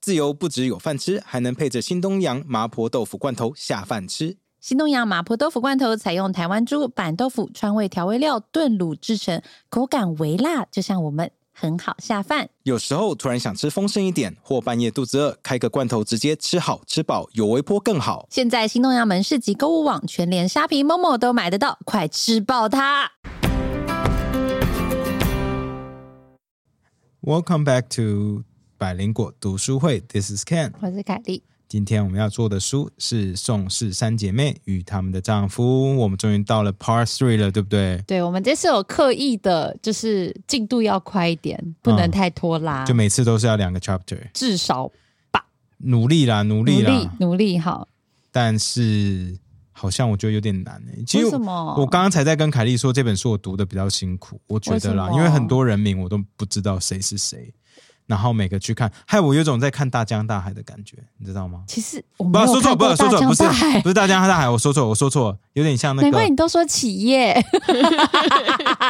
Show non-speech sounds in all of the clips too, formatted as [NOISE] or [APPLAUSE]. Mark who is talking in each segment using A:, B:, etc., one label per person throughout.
A: 自由不只有饭吃，还能配着新东阳麻婆豆腐罐头下饭吃。
B: 新东阳麻婆豆腐罐头采用台湾猪、板豆腐、川味调味料炖卤制成，口感微辣，就像我们很好下饭。
A: 有时候突然想吃丰盛一点，或半夜肚子饿，开个罐头直接吃好吃饱，有微波更好。
B: 现在新东阳门市及购物网全联、虾皮、某某都买得到，快吃爆它！
A: Welcome back to 百灵果读书会，This is Ken。
B: 我是凯莉，
A: 今天我们要做的书是《宋氏三姐妹与她们的丈夫》，我们终于到了 Part Three 了，对不对？
C: 对，我们这次有刻意的，就是进度要快一点，不能太拖拉，
A: 嗯就每次都是要两个 chapter，
C: 至少
A: 努力啦，努
C: 努
A: 力啦，
C: 力努力好。
A: 但是好像我觉得有点难诶、其实
C: 为
A: 我
C: 什么？
A: 我刚刚才在跟凯莉说，这本书我读的比较辛苦，我觉得啦
C: 为什，么
A: 因为很多人名我都不知道谁是谁，然后每个去看，害我有种在看大江大海的感觉，你知道吗？
C: 其实我
A: 不
C: 没
A: 要
C: 有
A: 说错，
C: 看
A: 不
C: 过
A: 要
C: 大
A: 说错，
C: 江
A: 不是
C: 大海，
A: 不是大江大海，我说错，我说错，有点像那
C: 难怪
A: 个，
C: 你都说企业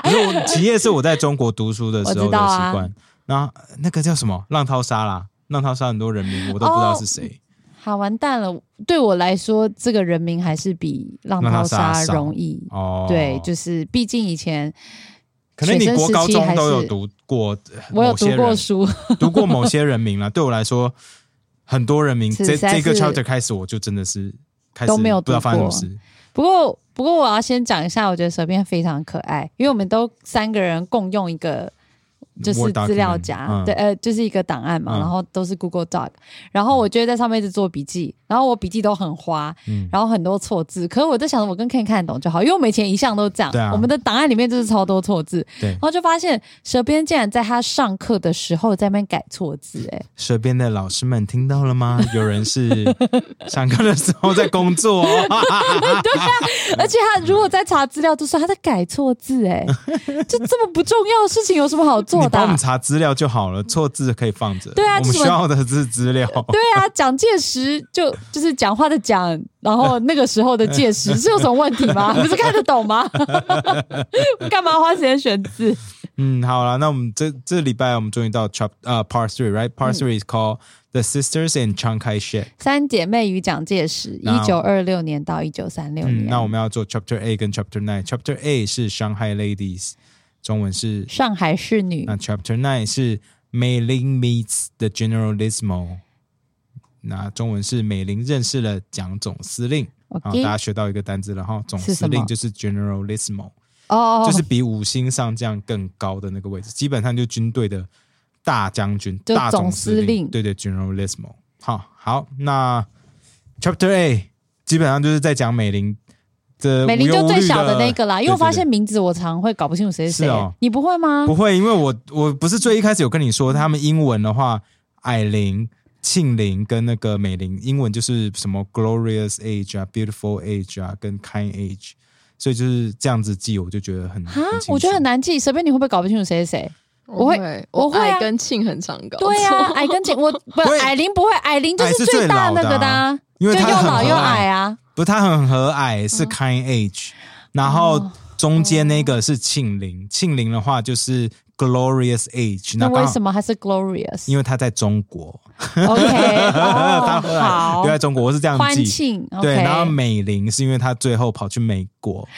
A: 不是我企业是我在中国读书的时候
C: 我
A: 的
C: 知道啊
A: 习惯，那那个叫什么浪淘沙啦，浪淘沙很多人名我都不知道是谁，
C: 好完蛋了。对我来说，这个人名还是比浪
A: 浪淘
C: 淘
A: 沙
C: 沙
A: 少
C: 容易。
A: 哦，
C: 对，就是毕竟以前
A: 可能你
C: 学生
A: 国
C: 时
A: 高
C: 期
A: 中
C: 还
A: 都有
C: 是
A: 读过呃
C: 我有
A: 某
C: 读
A: 些
C: 过
A: 人
C: 书，
A: 读过某些人名了，对我来说，很多人名
C: 是
A: 这
C: 实在
A: 这个
C: 是
A: chapter 开始，我就真的是开始
C: 都没有
A: 不知道
C: 读
A: 发生什么
C: 过
A: 事。
C: 不过，不过我要先讲一下，我觉得蛇变非常可爱，因为我们都三个人共用一个就是
A: Word document，
C: 资料夹，
A: 嗯
C: 对，呃，就是一个档案嘛，
A: 嗯
C: 然后都是 Google Doc，然后我就会在上面一直做笔记，然后我笔记都很花，
A: 嗯，
C: 然后很多错字，可是我在想我跟 Ken 看得懂就好，因为我们以前一向都这样，
A: 对啊
C: 我们的档案里面就是超多错字，
A: 对
C: 然后就发现蛇边竟然在他上课的时候在那边改错字、哎，
A: 舌边的老师们听到了吗？有人是上课的时候在工作、
C: [LAUGHS]
A: 哦，
C: 而且他如果在查资料，就说他在改错字、 [LAUGHS] 哎，就这么不重要的事情有什么好做
A: 你
C: 的
A: 帮我
C: 啊、
A: 们查资料就好了，错字可以放着。
C: 对啊
A: 我们
C: 这
A: 需
C: 是我
A: 要的是资料。 [LAUGHS]
C: 对啊，蒋介石就就是讲话的蒋，然后那个时候的介 [LAUGHS] 石是有什么问题吗？不是看得懂 [LAUGHS] 吗？干嘛花时间选字？
A: 嗯，好了，那我们这这礼拜我们终于到 chap 呃 part three
C: 嗯
A: right？part three is called the sisters in Chiang Kai shek。
C: 三姐妹与蒋介石，
A: 那
C: 一九二六年到一九三六
A: 嗯，
C: 年。
A: 那我们要做 chapter A 跟 chapter nine。chapter A 是 Shanghai ladies，中文是
C: 上海市女
A: 那 Chapter Nine 是美玲 meets the Generalissimo，那中文是美玲认识了蒋总司令。好，大
C: ，OK，
A: 家学到一个单字了哈，总
C: 是
A: 司
C: 什么
A: 令就是 Generalissimo，
C: 哦，
A: 就是比五星上将更高的那个位置，基本上就是军队的大将军、
C: 就
A: 大总
C: 总司
A: 司令。
C: 令
A: 对对，Generalissimo。好，好，那 Chapter A 基本上就是在讲美玲的
C: 美
A: 无
C: 玲
A: 忧
C: 就
A: 呃无
C: 最
A: 虑
C: 小
A: 的
C: 的那个啦，因为我
A: 对对
C: 发
A: 对
C: 现名字我常会搞不清楚谁
A: 是
C: 谁
A: 哦，
C: 你不会吗？
A: 不会，因为我我不是最一开始有跟你说，他们英文的话，艾琳、庆龄跟那个美玲，英文就是什么 glorious age 啊、beautiful age 啊、跟 kind age，所以就是这样子记，我就觉得很
C: 哈
A: 很清，楚
C: 我觉得很难记，随便你会不会搞不清楚谁
A: [LAUGHS]
C: 是谁？
D: 哦
C: 我会
D: 我
C: 我会啊
D: 矮跟庆很常搞错。
C: 对呀、啊，矮跟紧，我
A: [LAUGHS]
C: 不
A: 不会
C: 矮玲不会，矮玲就
A: 矮是
C: 是
A: 最
C: 最大
A: 老
C: 那
A: 的
C: 个的、
A: 啊
C: 啊，
A: 因为
C: 就
A: 他
C: 又
A: 很
C: 老又
A: 和
C: 矮嗯啊。
A: 不是他很和蔼，是 kind age，、然后
C: 哦
A: 中间那个是庆龄，庆龄的话就是 glorious age，
C: 那为
A: 刚好
C: 什么还是 glorious？
A: 因为他在中国， [LAUGHS]
C: OK，
A: 他
C: 哦
A: 和蔼
C: 好
A: 留，在中国，我是这样
C: 欢
A: 记。
C: 庆
A: 对，
C: OK
A: 然后美玲是因为她最后跑去美国，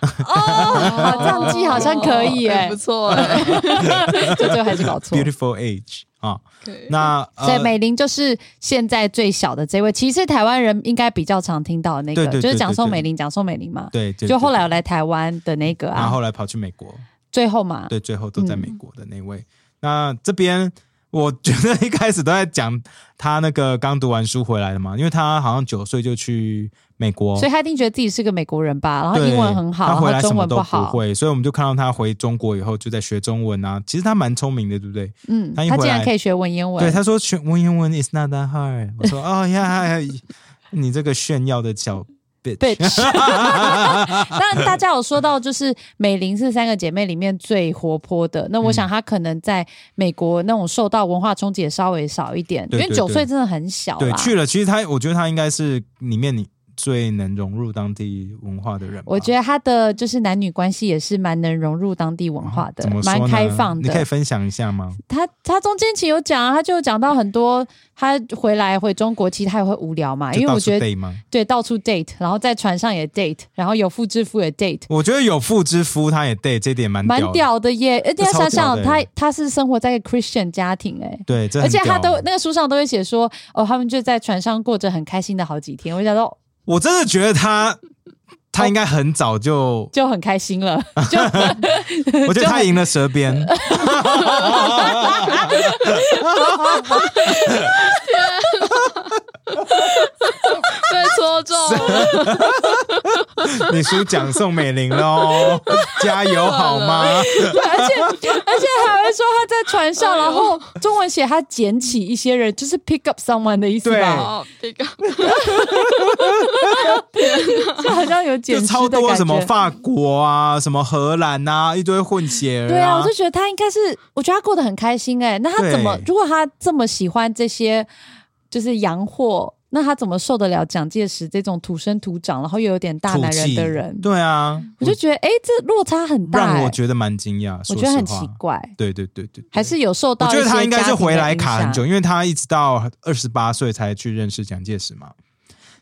C: 哦，
A: [LAUGHS]
C: 好 [LAUGHS] 这样记好像可以哎
D: 不，错
C: [LAUGHS]
D: 哎。
C: 这最后还是搞错。
A: Beautiful Age 啊。
D: 可 [LAUGHS] 以
A: 那
C: 所以
A: 呃，
C: 美玲就是现在最小的这位，其实台湾人应该比较常听到的那
A: 对
C: 个
A: 对对，
C: 就是讲
A: 对
C: 宋
A: 对
C: 美龄，讲宋美龄嘛。
A: 对，对
C: 就后来，有
A: 对
C: 来台湾的那个
A: 然后
C: 啊，
A: 后来跑去美国，
C: 最后嘛，
A: 对，最后都在美国的那位。那这边我觉得一开始都在讲他那个刚读完书回来的嘛，因为他好像九岁就去美国，
C: 所以他一定觉得自己是个美国人吧，然后
A: 哦对
C: 英文很好，
A: 他
C: 然
A: 回
C: 后
A: 来什
C: 中
A: 么
C: 文
A: 都不
C: 好，
A: 会，所以我们就看到他回中国以后就在学中文啊。其实他蛮聪明的，对不对？
C: 嗯，
A: 他一
C: 他
A: 回
C: 竟然
A: 来
C: 可以学文言文，
A: 对，他说学文言文 is not that hard。我说哦呀，你这个炫耀的小 bitch。
C: bitch。当
A: [LAUGHS]
C: [LAUGHS] 然，大家有说到，就是美玲是三个姐妹里面最活泼的。那我想
A: 嗯
C: 她可能在美国那种受到文化冲击也稍微少一点，
A: 对对
C: 因为九岁真的很小啦。
A: 对，去了。其实他，我觉得他应该是里面你最能融入当地文化的人吧。
C: 我觉得他的就是男女关系也是蛮能融入当地文化的
A: 啊怎么，说呢
C: 蛮开放
A: 你可以
C: 的。
A: 分享一下吗？
C: 他他中间其实有讲啊，他就有讲到很多，他回来回中国其实他也会无聊哎嘛，因为我
A: 就
C: 觉
A: 到处
C: 得
A: date 吗？
C: 对到处 date，然后在船上也 date，然后有妇之夫也 date，
A: 我觉得有妇之夫他也 date，这点蛮屌
C: 蛮
A: 的。
C: 屌的耶！呃而且
A: 这超
C: 想
A: 屌
C: 想
A: 的
C: 他他是生活在一个 Christian 家庭哎、
A: 对，这
C: 而
A: 很
C: 且他
A: 屌
C: 都那个书上都会写说，哦，他们就在船上过着很开心的好几天。我就想说，
A: 我真的觉得他他应该很早
C: [LAUGHS]
A: 就，
C: 就很开
A: [LAUGHS]
C: 心了，就 [LAUGHS]
A: 我觉得他赢了蛇鞭。
D: 被戳中
A: [LAUGHS]
D: 了，
A: 你输奖送美玲喽，加油好
C: [LAUGHS]
A: 吗？
C: 对，而且而且还会说他在船
A: 哎
C: 上，然后中文写他捡起一些人，就是 pick up someone 的意思吧，
D: 好
A: [LAUGHS]
D: 这个
C: 就好像有捡
A: 就
C: 尸
A: 超
C: 的
A: 多
C: 感
A: 什么
C: 觉。
A: 法国啊，什么荷兰啊，一堆混血儿、
C: 对啊，我就觉得他应该是，我觉得他过得很开心哎、那他怎么
A: 对？
C: 如果他这么喜欢这些就是洋货，那他怎么受得了蒋介石这种土生土长，然后又有点大
A: 土
C: 男人
A: 气
C: 的人？
A: 对啊，
C: 我就觉得哎、这落差很大、
A: 让
C: 哎
A: 我觉得蛮惊讶，
C: 我
A: 说
C: 觉得很
A: 实话
C: 奇怪，
A: 对对对对，对
C: 还是有受
A: 我
C: 到。
A: 觉得他应该是回来卡很久，，因为他一直到二十八岁才去认识蒋介石嘛，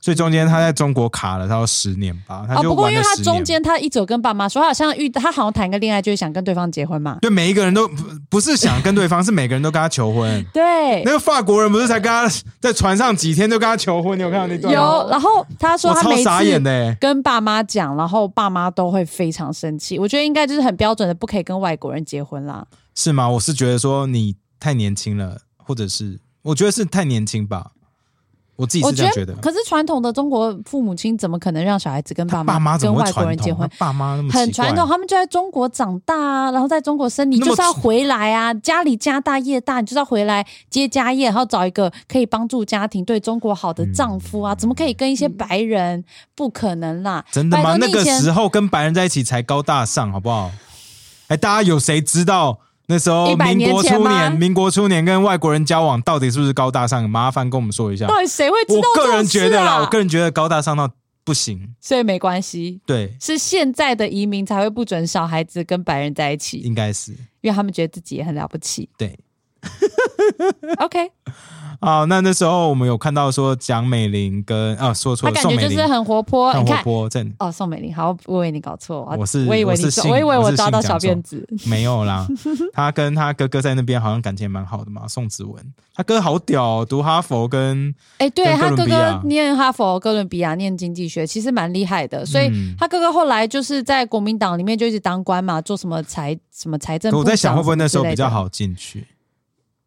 A: 所以中间他在中国卡了，他有十年吧，他
C: 嗯哦，
A: 就
C: 不过
A: 玩
C: 因
A: 了
C: 为他
A: 十
C: 中
A: 年。
C: 间他一直有跟爸妈说，他好像遇他好像谈个恋爱就是想跟对方结婚嘛。
A: 对每一个人都不不是想跟对方，是每个人都跟他求婚。
C: 对
A: 那，个法国人不是才跟他在船上几天就跟他求婚？你有看到那段吗？
C: 有。然后他说
A: 我
C: 他
A: 超
C: 每
A: 傻眼
C: 次
A: 的、欸。
C: 跟爸妈讲，然后爸妈都会非常生气。我觉得应该就是很标准的，不可以跟外国人结婚啦。
A: 是吗？我是觉得说你太年轻了，或者是我觉得是太年轻吧，我自己
C: 我
A: 是这样觉
C: 得
A: 得，。
C: 可是传统的中国父母亲怎么可能让小孩子跟
A: 他
C: 爸
A: 爸妈怎
C: 跟
A: 么会
C: 外国人
A: 传
C: 结
A: 统？
C: 婚
A: 他？爸妈那么奇怪
C: 很传统，，他们就在中国长大啊，然后在中国生，你
A: 那么
C: 就是要回来啊，家里家大业大，你就是要回来接家业，然后找一个可以帮助家庭、对中国好的丈夫
A: 嗯
C: 啊，怎么可以跟一些白人？不可能啦！
A: 真的吗？
C: 拜托
A: 那
C: 你
A: 个
C: 以前
A: 时候跟白人在一起才高大上，好不好？哎，大家有谁知道那时候
C: 100
A: 民国
C: 年前
A: 初
C: 吗
A: 年，民国初年跟外国人交往到底是不是高大上？麻烦跟我们说一下。
C: 到底谁会知
A: 我
C: 道这种
A: 个人觉得
C: 事
A: 啦，
C: 啊
A: 我个人觉得高大上到不行。
C: 所以没关系，
A: 对，
C: 是现在的移民才会不准小孩子跟白人在一起，
A: 应该是
C: 因为他们觉得自己也很了不起。
A: 对。 [LAUGHS]
C: OK，
A: 啊，那那时候我们有看到说蒋美玲跟啊，说错
C: 他
A: 了，
C: 感
A: 宋
C: 觉
A: 美
C: 就
A: 龄
C: 是很活泼，
A: 很
C: 你
A: 活
C: 看。
A: 泼，真
C: 哦，宋美龄，好，我以为你搞错，
A: 我是
C: 我以为
A: 我
C: 你
A: 是
C: 说
A: 姓
C: 我以为
A: 我
C: 我
A: 是
C: 抓
A: 姓
C: 到
A: 蒋
C: 小辫
A: 宋
C: 子，
A: 没有
C: [LAUGHS]
A: 啦。他跟他哥哥在那边好像感情也蛮好的嘛，宋子文，他哥好屌哦、读哈佛跟
C: 哎、对
A: 跟
C: 他
A: 哥伦
C: 哥
A: 比亚
C: 哥念哈佛、哥伦比亚念经济学，其实蛮厉害的。所以
A: 嗯
C: 他哥哥后来就是在国民党里面就一直当官嘛，做什么财什么财政
A: 可
C: 部
A: 我
C: 长
A: 在想会不会那时候
C: 什么
A: 比
C: 之类
A: 较，
C: 的
A: 好进去？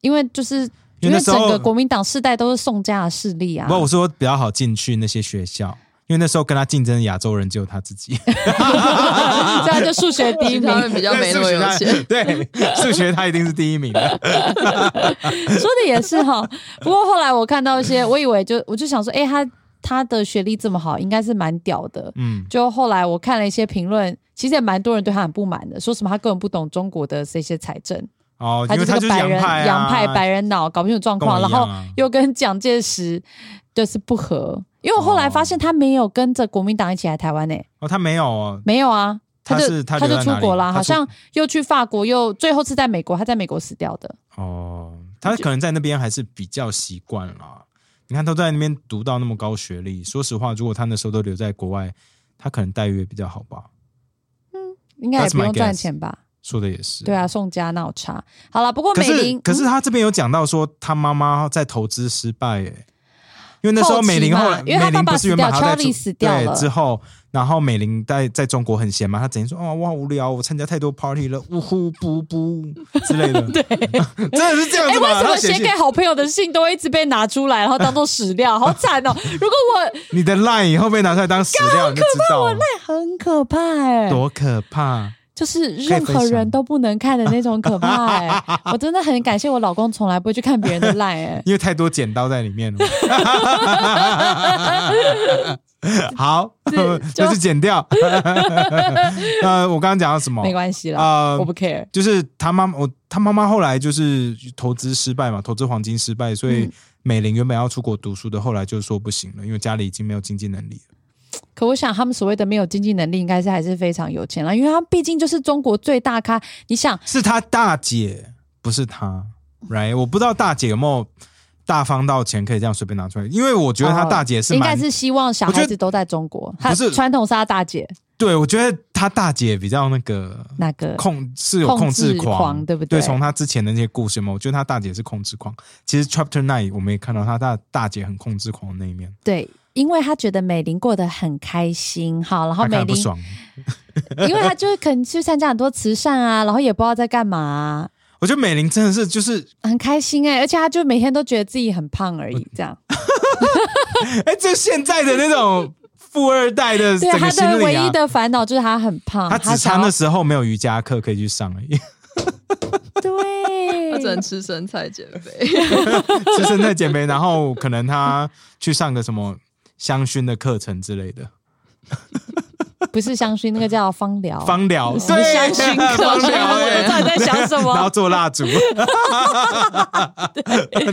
C: 因为就是
A: 因为
C: 因
A: 那
C: 为
A: 时
C: 整
A: 候
C: 个国民党世代都是宋家的势力啊
A: 不，。
C: [LAUGHS]
A: 我说比较好进去那些学校，因为那时候跟他竞争的亚洲人只有他自己，
C: 这样就数学第一名，
D: [LAUGHS] 他们比较没那么有
A: 数
D: 钱，
A: 学他 [LAUGHS] 对，数学他一定是第一名的。
C: 说的也是哈。不过后来我看到一些，我以为就我就想说，哎、他他的学历这么好，应该是蛮屌的。
A: 嗯，
C: 就后来我看了一些评论，其实也蛮多人对他很不满的，说什么他根本不懂中国的这些财政。
A: 哦，
C: 他
A: 因为
C: 就是
A: 他就是
C: 个白
A: 洋
C: 人、
A: 派、啊，
C: 派白人脑，搞不清楚状
A: 跟我一
C: 况，然
A: 样
C: 后
A: 啊
C: 又跟蒋介石就是不合。因为我后来发现他没有跟着国民党一起来台湾呢、欸
A: 哦，他没有哦，
C: 没有啊，
A: 他
C: 就是
A: 他
C: 就
A: 留在
C: 出
A: 哪里
C: 国啦，
A: 他
C: 好
A: 出
C: 像又去法国，又最后是在美国，他在美国死掉的。
A: 哦，他可能在那边还是比较习惯啦。你看，都在那边读到那么高学历，说实话，如果他那时候都留在国外，他可能待遇也比较好吧。
C: 应该也
A: That's
C: 不
A: my
C: 用赚
A: guess
C: 钱吧？
A: 说的也是，
C: 对啊，。宋家闹差。好了，不过
A: 可
C: 美
A: 是
C: 玲，嗯
A: 可是他这边有讲到说，他妈妈在投资失败、欸，因为那时候
C: 后期
A: 美玲
C: 嘛
A: 后来，
C: 因为她
A: 美玲
C: 爸爸
A: 不是原本
C: 死
A: 还
C: 掉
A: 要在
C: Charlie 死掉了
A: 对之后，然后美玲在在中国很闲嘛，她整天说哦，我好无聊，我参加太多 party 了，呜呼不不之类
C: [LAUGHS]
A: 的，对， [LAUGHS] 真的是这样
C: 哎、
A: 子
C: 为
A: 吧？
C: 什
A: 她
C: 么
A: 写
C: 写
A: 信
C: 给好朋友的信都会一直被拿出来，然后当做史料？
A: [LAUGHS]
C: 好惨哦！如果我
A: 你的 line 以后被拿出来当史料，你就知道了。
C: 很可怕哎、
A: 多可怕！
C: 就是任何人都不能看的那种可怕、欸。 [LAUGHS] 我真的很感谢我老公，从来不会去看别人的赖、
A: [LAUGHS]
C: 欸。
A: 因为太多剪刀在里
C: [LAUGHS]
A: 面了。好， [LAUGHS]
C: 就
A: 就是剪
C: [LAUGHS]
A: 掉。呃，我刚刚讲到什么？
C: 没关系啦，
A: 啊
C: 我不 care。
A: 就是他妈，我他妈妈后来就是投资失败嘛，投资黄金
C: 嗯
A: 失败，所以美玲原本要出国读书的，后来就说不行了，因为家里已经没有经济能力了。
C: 可我想，他们所谓的没有经济能力，应该是还是非常有钱了，因为他毕竟就是中国最大咖。你想，
A: 是他大姐，不是他，right？我不知道大姐有没有大方到钱可以这样随便拿出来，因为我觉得他大姐是
C: 哦应
A: 蛮
C: 该是希望小
A: 我觉
C: 孩
A: 得
C: 子都在中国，
A: 不是
C: 她传统是她大姐
A: 对，我觉得他大姐比较那个
C: 那个
A: 控是有
C: 控
A: 控制
C: 制
A: 狂，
C: 狂对不
A: 对？
C: 对
A: 从他之前的那些故事嘛，我觉得他大姐是控制狂。其实 Chapter Nine 我们也看到他大大姐很控制狂的那一面，
C: 对。因为她觉得美玲过得很开心，好，然后
A: 她
C: 美
A: 看不
C: 玲，
A: 爽。
C: [LAUGHS] 因为她就是可能去参加很多慈善啊，然后也不知道在干嘛啊、
A: 我觉得美玲真的是就是，
C: 很开心哎、而且她就每天都觉得自己很胖而
A: [LAUGHS]
C: 已，这样。
A: 哎，就现在的那种富二代的
C: [LAUGHS] 对
A: 整
C: 他
A: 个心
C: 的唯
A: 理
C: 一
A: 啊。
C: 的烦恼就是他很胖，
A: 他只差
C: [LAUGHS] 想
A: 那
C: 要
A: 时候没有瑜伽课可以去上而已，
C: 对，
D: 他只能吃生菜减肥，
A: [LAUGHS] 吃生态减肥，然后可能他去上个什么香薰的课程之类的，
C: 不是香薰，那个叫芳疗。
A: 芳疗，
C: 什么
A: 对，
C: 哦香薰课？
A: 芳
C: [LAUGHS] 我
A: 疗，哎
C: 都知道你在想
A: [LAUGHS]
C: 什
A: 然后
C: 么。
A: 做蜡烛，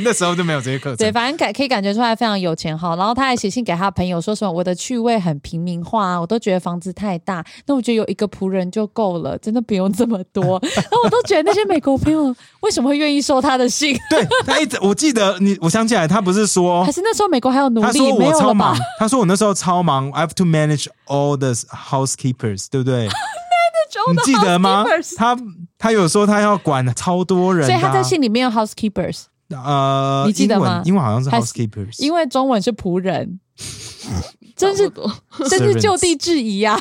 A: 那时候就没有这些课
C: 对，
A: 程。
C: 反正感可以感觉出来非常有钱哈。然后他还写信给他朋友说什么我的趣味很平民化啊，我都觉得房子太大，那我觉得有一个仆人就够了，真的不用这么 [LAUGHS] 多。然后我都觉得那些美国朋友为什么会愿意收他的信？
A: 对他一直，我记得你，我想起来，他不是说
C: 还，是那时候美国还有奴
A: 他说
C: 隶 [LAUGHS] 没
A: 我
C: 有
A: 超
C: 了
A: 忙
C: 吧？，
A: 他说我那时候超忙，I have to manage all the housekeepers，对不对？你记得吗
C: housekeepers？？
A: 他他有说他要管超多人
C: 所
A: 的
C: 以
A: 啊，
C: 他在信里面有 housekeepers，
A: 呃，
C: 你记得
A: 英文
C: 吗
A: 英文好像是
C: 还是
A: housekeepers，
C: 因为中文是仆 [LAUGHS] 人， [LAUGHS] 真
D: 差
C: 是
D: 不多
C: 真 [LAUGHS] 是就地质疑 [LAUGHS] 啊！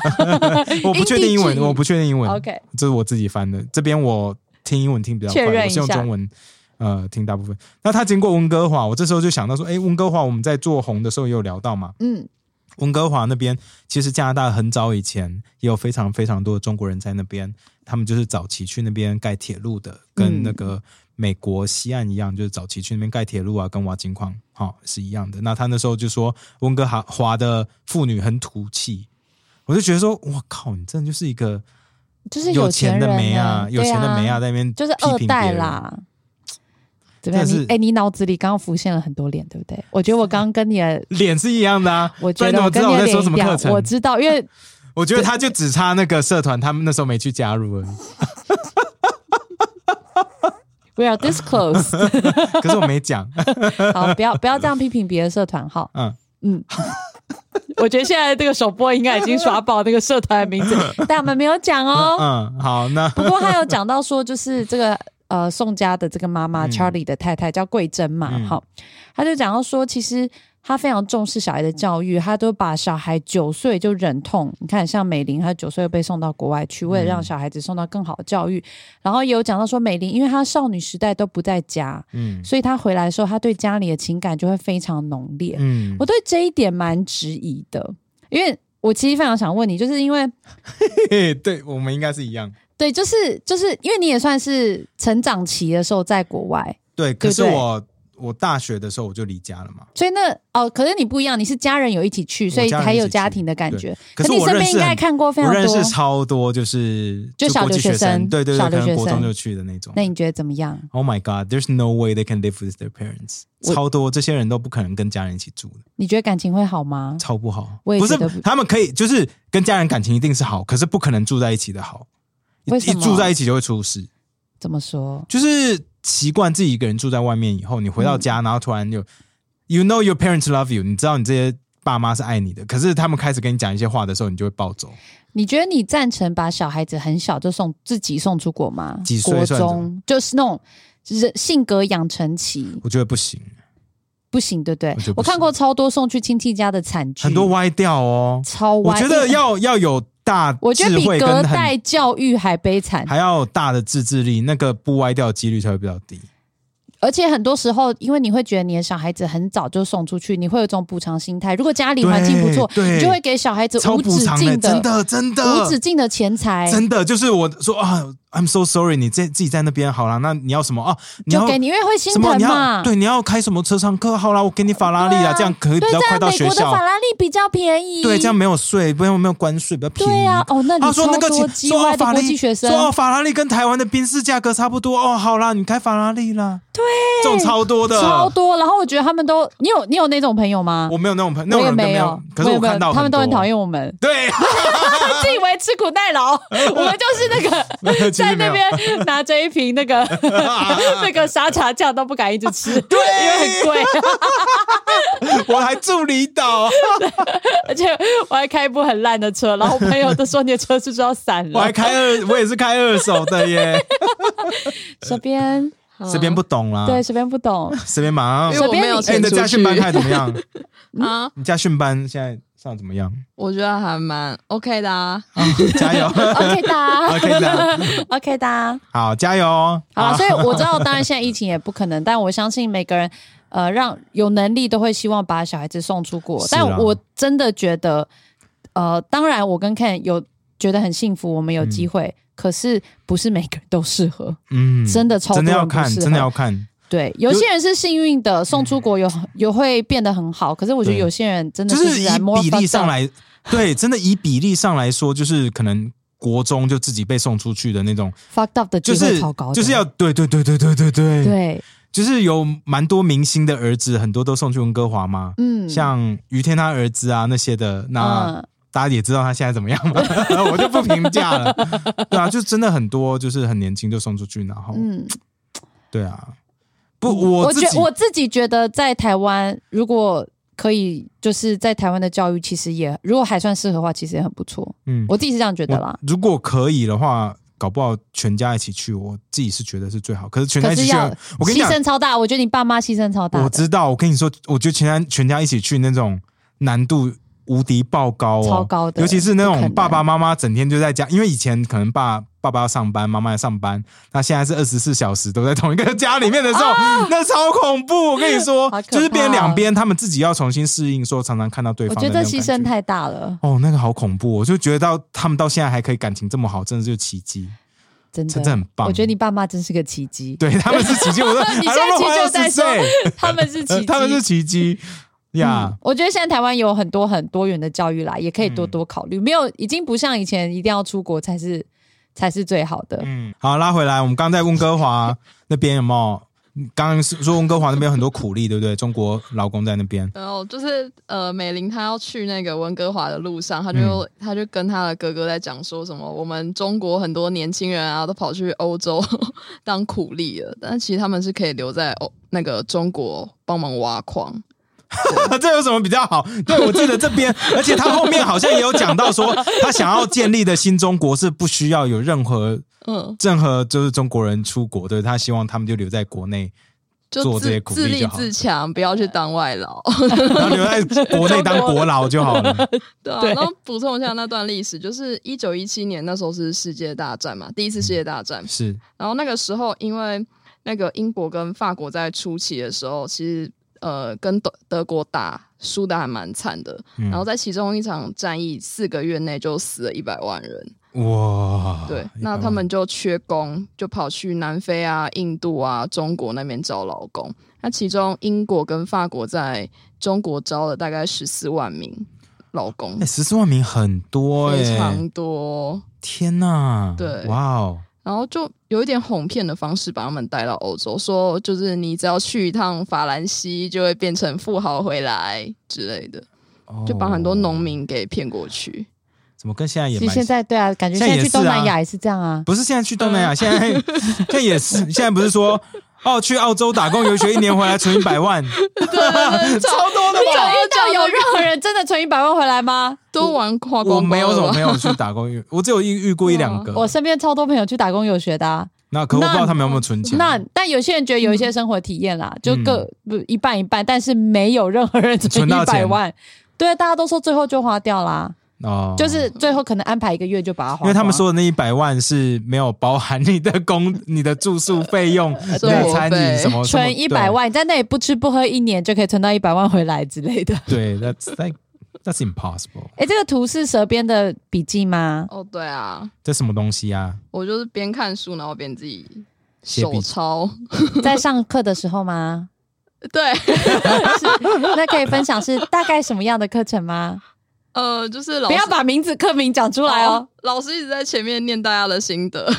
A: 我不确定英文，
C: 因地制宜
A: 我不确定英文。
C: OK
A: 这是我自己翻的，这边我听英文听比较
C: 确
A: 快，
C: 认
A: 我是用
C: 一下
A: 中文呃听大部分。那他经过温哥华，我这时候就想到说，哎，温哥华我们在做红的时候也有聊到嘛，
C: 嗯，
A: 温哥华那边其实加拿大很早以前也有非常非常多的中国人在那边，他们就是早期去那边盖铁路的，跟
C: 嗯
A: 那个美国西岸一样，就是早期去那边盖铁路啊，跟挖金矿好、是一样的。那他那时候就说温哥华华的妇女很土气，我就觉得说，我靠，你真的就是一个
C: 就是
A: 有
C: 钱
A: 钱
C: 人欸
A: 的梅啊，有钱的梅啊，
C: 对
A: 在那边
C: 就是
A: 批
C: 二
A: 评别
C: 代
A: 人。
C: 啦。怎么样？
A: 真的
C: 你
A: 是
C: 哎，你脑子里刚刚浮现了很多脸，对不对？我觉得我刚刚跟你的，
A: 脸是一样的啊，
C: 我
A: 不
C: 觉
A: 然
C: 得
A: 怎么知道
C: 我跟你
A: 我
C: 的
A: 在
C: 脸
A: 说什
C: 一
A: 么课
C: 样，
A: 程？
C: 我知道，因为
A: 我觉得他就只差那个社团，他们那时候没去加入而已。
C: we are this close。 [LAUGHS]
A: 可是我没讲，
C: 哦好，不要不要这样批评别的社团哈。
A: 嗯。
C: 嗯， [LAUGHS] 我觉得现在这个首播应该已经刷爆那个社团的名字， [LAUGHS] 但我们没有讲哦。
A: 嗯，好，那
C: 不过他有讲到说，就是这个呃宋家的这个妈妈、
A: 嗯
C: Charlie 的太太叫桂珍嘛，
A: 嗯
C: 好，他就讲到说，其实他非常重视小孩的教育，他都把小孩九岁就忍痛，你看像美玲，她九岁就被送到国外去，为了让小孩子受到更好的教育，然后也有讲到说，美玲因为她少女时代都不在家，
A: 嗯
C: 所以她回来的时候，她对家里的情感就会非常浓烈，
A: 嗯
C: 我，对这一点蛮质疑的，因为我其实非常想问你，就是因为。
A: 嘿嘿对，我们应该是一样。
C: 对，就是就是因为你也算是成长期的时候在国外，
A: 对，可是
C: 对不对
A: 我我大学的时候我就离家了嘛，
C: 所以那哦，可是你不一样，你是家人有一起去，所以
A: 家人
C: 还
A: 一起
C: 有
A: 去
C: 家庭的感觉。
A: 可是
C: 你
A: 我
C: 身
A: 认
C: 边
A: 识
C: 应该
A: 很
C: 看过非
A: 我
C: 常
A: 认识
C: 多，
A: 超多，就是
C: 就小
A: 国际
C: 留学
A: 学生，
C: 生
A: 对对
C: 小
A: 对，
C: 留
A: 可能国
C: 学
A: 中
C: 生
A: 就去的那种。
C: 那你觉得怎么样？
A: Oh my God, there's no way they can live with their parents。
C: 我
A: 超多这些人都不可能跟家人一起住的，
C: 你觉得感情会好吗？
A: 超不好。
C: 我也
A: 不是
C: 觉得不
A: 他们可以，就是跟家人感情一定是好，可是不可能住在一起的好。一
C: 为
A: 一
C: 什么
A: 住在一起就会出事。
C: 怎么说？
A: 就是习惯自己一个人住在外面以后，你回到
C: 嗯
A: 家，然后突然就，you know your parents love you，你知道你这些爸妈是爱你的，可是他们开始跟你讲一些话的时候，你就会暴走。
C: 你觉得你赞成把小孩子很小就送自己送出国吗？
A: 几岁
C: 国
A: 算
C: 中就是那种人性格养成期
A: 我觉得不行，
C: 不行，对不对
A: 我觉得？不
C: 我看
A: 行
C: 过超多送去亲戚家的惨剧，
A: 很多歪掉哦。
C: 超
A: 我
C: 歪。
A: 觉得要要有大
C: 我觉得
A: 智
C: 比
A: 慧
C: 隔
A: 跟很
C: 代教育还悲惨。
A: 还要有大的自制力，那个不歪掉的几率才会比较低。
C: 而且很多时候，因为你会觉得你的小孩子很早就送出去，你会有一种补偿心态。如果家里环境不错，
A: 对对
C: 你就会给小孩子
A: 超
C: 无
A: 补
C: 止
A: 偿欸
C: 境
A: 真的真
C: 无止
A: 的
C: 境的钱财，
A: 真的，就是我说啊，I'm so sorry，你自自己在那边好了，那你要什么啊？你
C: 就
A: 要
C: 给你，因为会心
A: 什么？
C: 疼
A: 你
C: 嘛。
A: 要对你要开什么车上课？好啦，我给你法拉利啦，
C: 对啊
A: 这样可以比
C: 对，
A: 较
C: 这
A: 快
C: 样
A: 到
C: 美
A: 学
C: 国的
A: 校
C: 法。拉利比较便宜。
A: 对，这样没有税，不用没有关税，比较便宜。
C: 对啊，哦，那
A: 他
C: 你
A: 说
C: 超
A: 那个
C: 多
A: 钱
C: 机
A: 说
C: 歪
A: 哦
C: 的
A: 法拉
C: 国
A: 利
C: 际学生，
A: 说哦法拉利跟台湾的宾士价格差不多哦，好啦，你开法拉利啦。对这种超多的，
C: 超多。然后我觉得他们都，你有你有那种朋友吗？
A: 我没有那种朋，那种
C: 我也
A: 人都没
C: 有，
A: 可是我
C: 我也没有
A: 看到
C: 他们都很
A: 多，
C: 讨。厌我们
A: [LAUGHS] 对，
C: 自以为吃苦
A: [LAUGHS]
C: 耐劳，我们就是那个
A: 其
C: [LAUGHS] 在
A: 实没
C: 那
A: 有。
C: 边拿着一瓶那个
A: [LAUGHS]
C: 那个沙茶酱都不敢一直吃，对，因为很贵， [LAUGHS]
A: 我还住离岛，
C: 而且我还开一部很烂的车，然后我朋友都说你的车是不是要散
A: 我还
C: 了？
A: 开二，我也是开二手的耶。
C: 这边
A: 这边不懂啦，
C: 嗯对，这边
A: [LAUGHS]
C: 不懂，
A: 这边马
D: 因
A: 上
D: 为。我没有
A: 哎，
C: 随
D: 钱
A: 你的
D: 出
A: 家训班
D: 去
A: 开得怎么样？
D: 啊，
A: 你家训班现在上怎么样？
D: 我觉得还蛮 OK 的啊。
C: [LAUGHS]
A: 啊加油
C: OK 的啊
A: [LAUGHS] ，OK 的，
C: ，OK 的啊。
A: 好，加油哦！
C: 好了，所以我知道，当然现在疫情也不可能，但我相信每个人，呃，让有能力都会希望把小孩子送出国。
A: 是啊
C: 但我真的觉得，呃，当然我跟 Ken 有觉得很幸福，我们有机会，可是不是每个人都适合，
A: 嗯，
C: 真的超多
A: 真的要
C: 人不
A: 看，
C: 适合
A: 真的要看，
C: 对，有些人是幸运的，送出国有有会变得很好，可是我觉得
A: 对
C: 有些人真的
A: 就是是
C: 然
A: 以比例上，来，对，真的以比例上来说，就是可能国中就自己被送出去的那种，
C: fucked up 的机
A: 就是
C: 会超高的，
A: 就是要对对对对对对对，
C: 对，
A: 就是有蛮多明星的儿子，很多都送去温哥华嘛，
C: 嗯，
A: 像于天他儿子啊那些的，那、哦
C: 嗯
A: 大家也知道他现在怎么样嘛， [LAUGHS] 我就不评价了。对啊，就真的很多，就是很年轻就送出去，然后、
C: 嗯。
A: 对啊，不
C: 我
A: 我自
C: 觉
A: 己
C: 我自己觉得在台湾，如果可以，就是在台湾的教育其实也，如果还算适合的话，其实也很不错。
A: 嗯，
C: 我自己是这样觉得啦
A: 我。如果可以的话，搞不好全家一起去，我自己是觉得是最好。可是全家
C: 可
A: 一
C: 是
A: 起去
C: 要，
A: 我跟你
C: 牺
A: 讲，
C: 牲超大，我觉得你爸妈牺牲超大的。
A: 我知道，我跟你说，我觉得全家全家一起去那种难度无敌爆高哦，
C: 超高的
A: 尤其是那
C: 不可
A: 种
C: 能
A: 爸爸妈妈整天就在家，因为以前可能爸爸爸要上班，妈妈要上班，那现在是二十四小时都在同一个家里面的时候，那超恐怖。我跟你说
C: 啊 [LAUGHS] 好可，怕
A: 就是变两边他们自己要重新适应，说常常看到对
C: 我
A: 方的
C: 觉
A: 那种
C: 得
A: 感觉，
C: 牺牲太大了，
A: 哦，那个好恐怖，我就觉得到他们到现在还可以感情这么好，真的就是奇迹，
C: 真的，
A: 真的很棒。
C: 我觉得你爸妈真是个奇迹，
A: 对他们是奇迹，我说
C: [LAUGHS] 你现在其实就在说
A: 还没有
C: 他们是
A: 20岁
C: 奇迹，
A: 呃
C: 嗯
A: 他们是奇迹啊呀。
C: 我觉得现在台湾有很多很多元的教育啦，也可以多
A: 嗯
C: 多考虑，没有已经不像以前一定要出国才是才是最好的。
A: 嗯，好，拉回来，我们刚刚在温哥华那边有没有？你刚刚是说温哥华那边有很多苦力，对不对？中国劳工在那边，
D: 然后就是呃，美玲她要去那个温哥华的路上，她就、
A: 嗯
D: 她就跟她的哥哥在讲说什么，我们中国很多年轻人啊都跑去欧洲 [LAUGHS] 当苦力了，但其实他们是可以留在欧那个中国帮忙挖矿。
A: [LAUGHS] 这有什么比较好？对我记得这边，而且他后面好像也有讲到说，他想要建立的新中国是不需要有任何
D: 嗯，
A: 任何就是中国人出国的，他希望他们就留在国内，做
D: 就
A: 这些
D: 自
A: 苦
D: 自
A: 力
D: 立
A: 就好
D: 自强，不要去当外劳。 [LAUGHS]
A: 然后留在国内当国劳就好了。
D: 对啊，
C: 对
D: 然后补充一下那段历史，就是一九一七年那时候是世界大战嘛，第一次世界大战。
A: 是，
D: 然后那个时候，因为那个英国跟法国在初期的时候，其实呃跟德德国打输的还蛮惨的，
A: 嗯
D: 然后在其中一场战役四个月内就死了一百万人。
A: 哇，
D: 对，
A: 啊一百
D: 那
A: 万
D: 他们就缺工，就跑去南非啊、印度啊、中国那边招劳工。那其中英国跟法国在中国招了大概十四万名劳工
A: 哎，十四万名很多哎、
D: 非常多。
A: 天呐，
D: 对
A: 哇哦，
D: 然后就有一点哄骗的方式把他们带到欧洲，说就是你只要去一趟法兰西，就会变成富豪回来之类的，就把很多农民给骗过去。
A: 哦怎么跟现在也
C: 其实
A: 蛮
C: 现在对啊，感觉
A: 现
C: 现
A: 在
C: 在
A: 也
C: 去
A: 是啊
C: 东南亚也是这样啊。
A: 不是现在去东南亚，现在现在也是现在不是说哦去澳洲打工游学一年回来存一百
C: [LAUGHS]
A: 万， [LAUGHS] 超多的
C: 你有
A: 吧？
C: 遇到有任何人真的存一百万回来
A: [LAUGHS]
C: 吗？
D: 都玩
C: 哦
D: 花
A: 我
D: 光光
A: 没有什么
D: 了吧
A: 朋友去打工游，我只有遇遇过一两个。
C: [LAUGHS] 我身边超多朋友去打工游学的、啊，
A: 那可我不知道他们有没有存钱。
C: 那但有些人觉得有一些生活体验啦，
A: 嗯
C: 就各不一半一半，但是没有任何人存
A: 存
C: 一
A: 到
C: 百
A: 钱
C: 万。对，大家都说最后就花掉啦，
A: 哦，
C: 就是最后可能安排一个月就把它花
A: 因为他们
C: 光
A: 说的那一百万是没有包含你的工、你的住宿费
C: [LAUGHS]
A: 用、你
D: 生
A: 的
D: 活
A: 餐饮
D: 费
A: 什么，什么
C: 存一百。万，在那里不吃不喝一年就可以存到一百万回来之类
D: [LAUGHS]
C: 的。
A: 对对，That's [LAUGHS] like that's impossible。
C: 哎，这个图是蛇边的笔记
D: [LAUGHS]
C: 吗？
D: 哦，对啊，
A: 这什么东西啊？
D: 我就是边看书，然后边自己
A: 写笔
D: 手抄。 [LAUGHS]
C: 在上课的时候吗？
D: 对，
C: 那可以分享是大概什么样的课程吗？
D: 呃，就是 [LAUGHS] 老
C: 不
D: 师
C: 要把名字课名讲出来哦。
D: 老师一直在前面念大家的心得，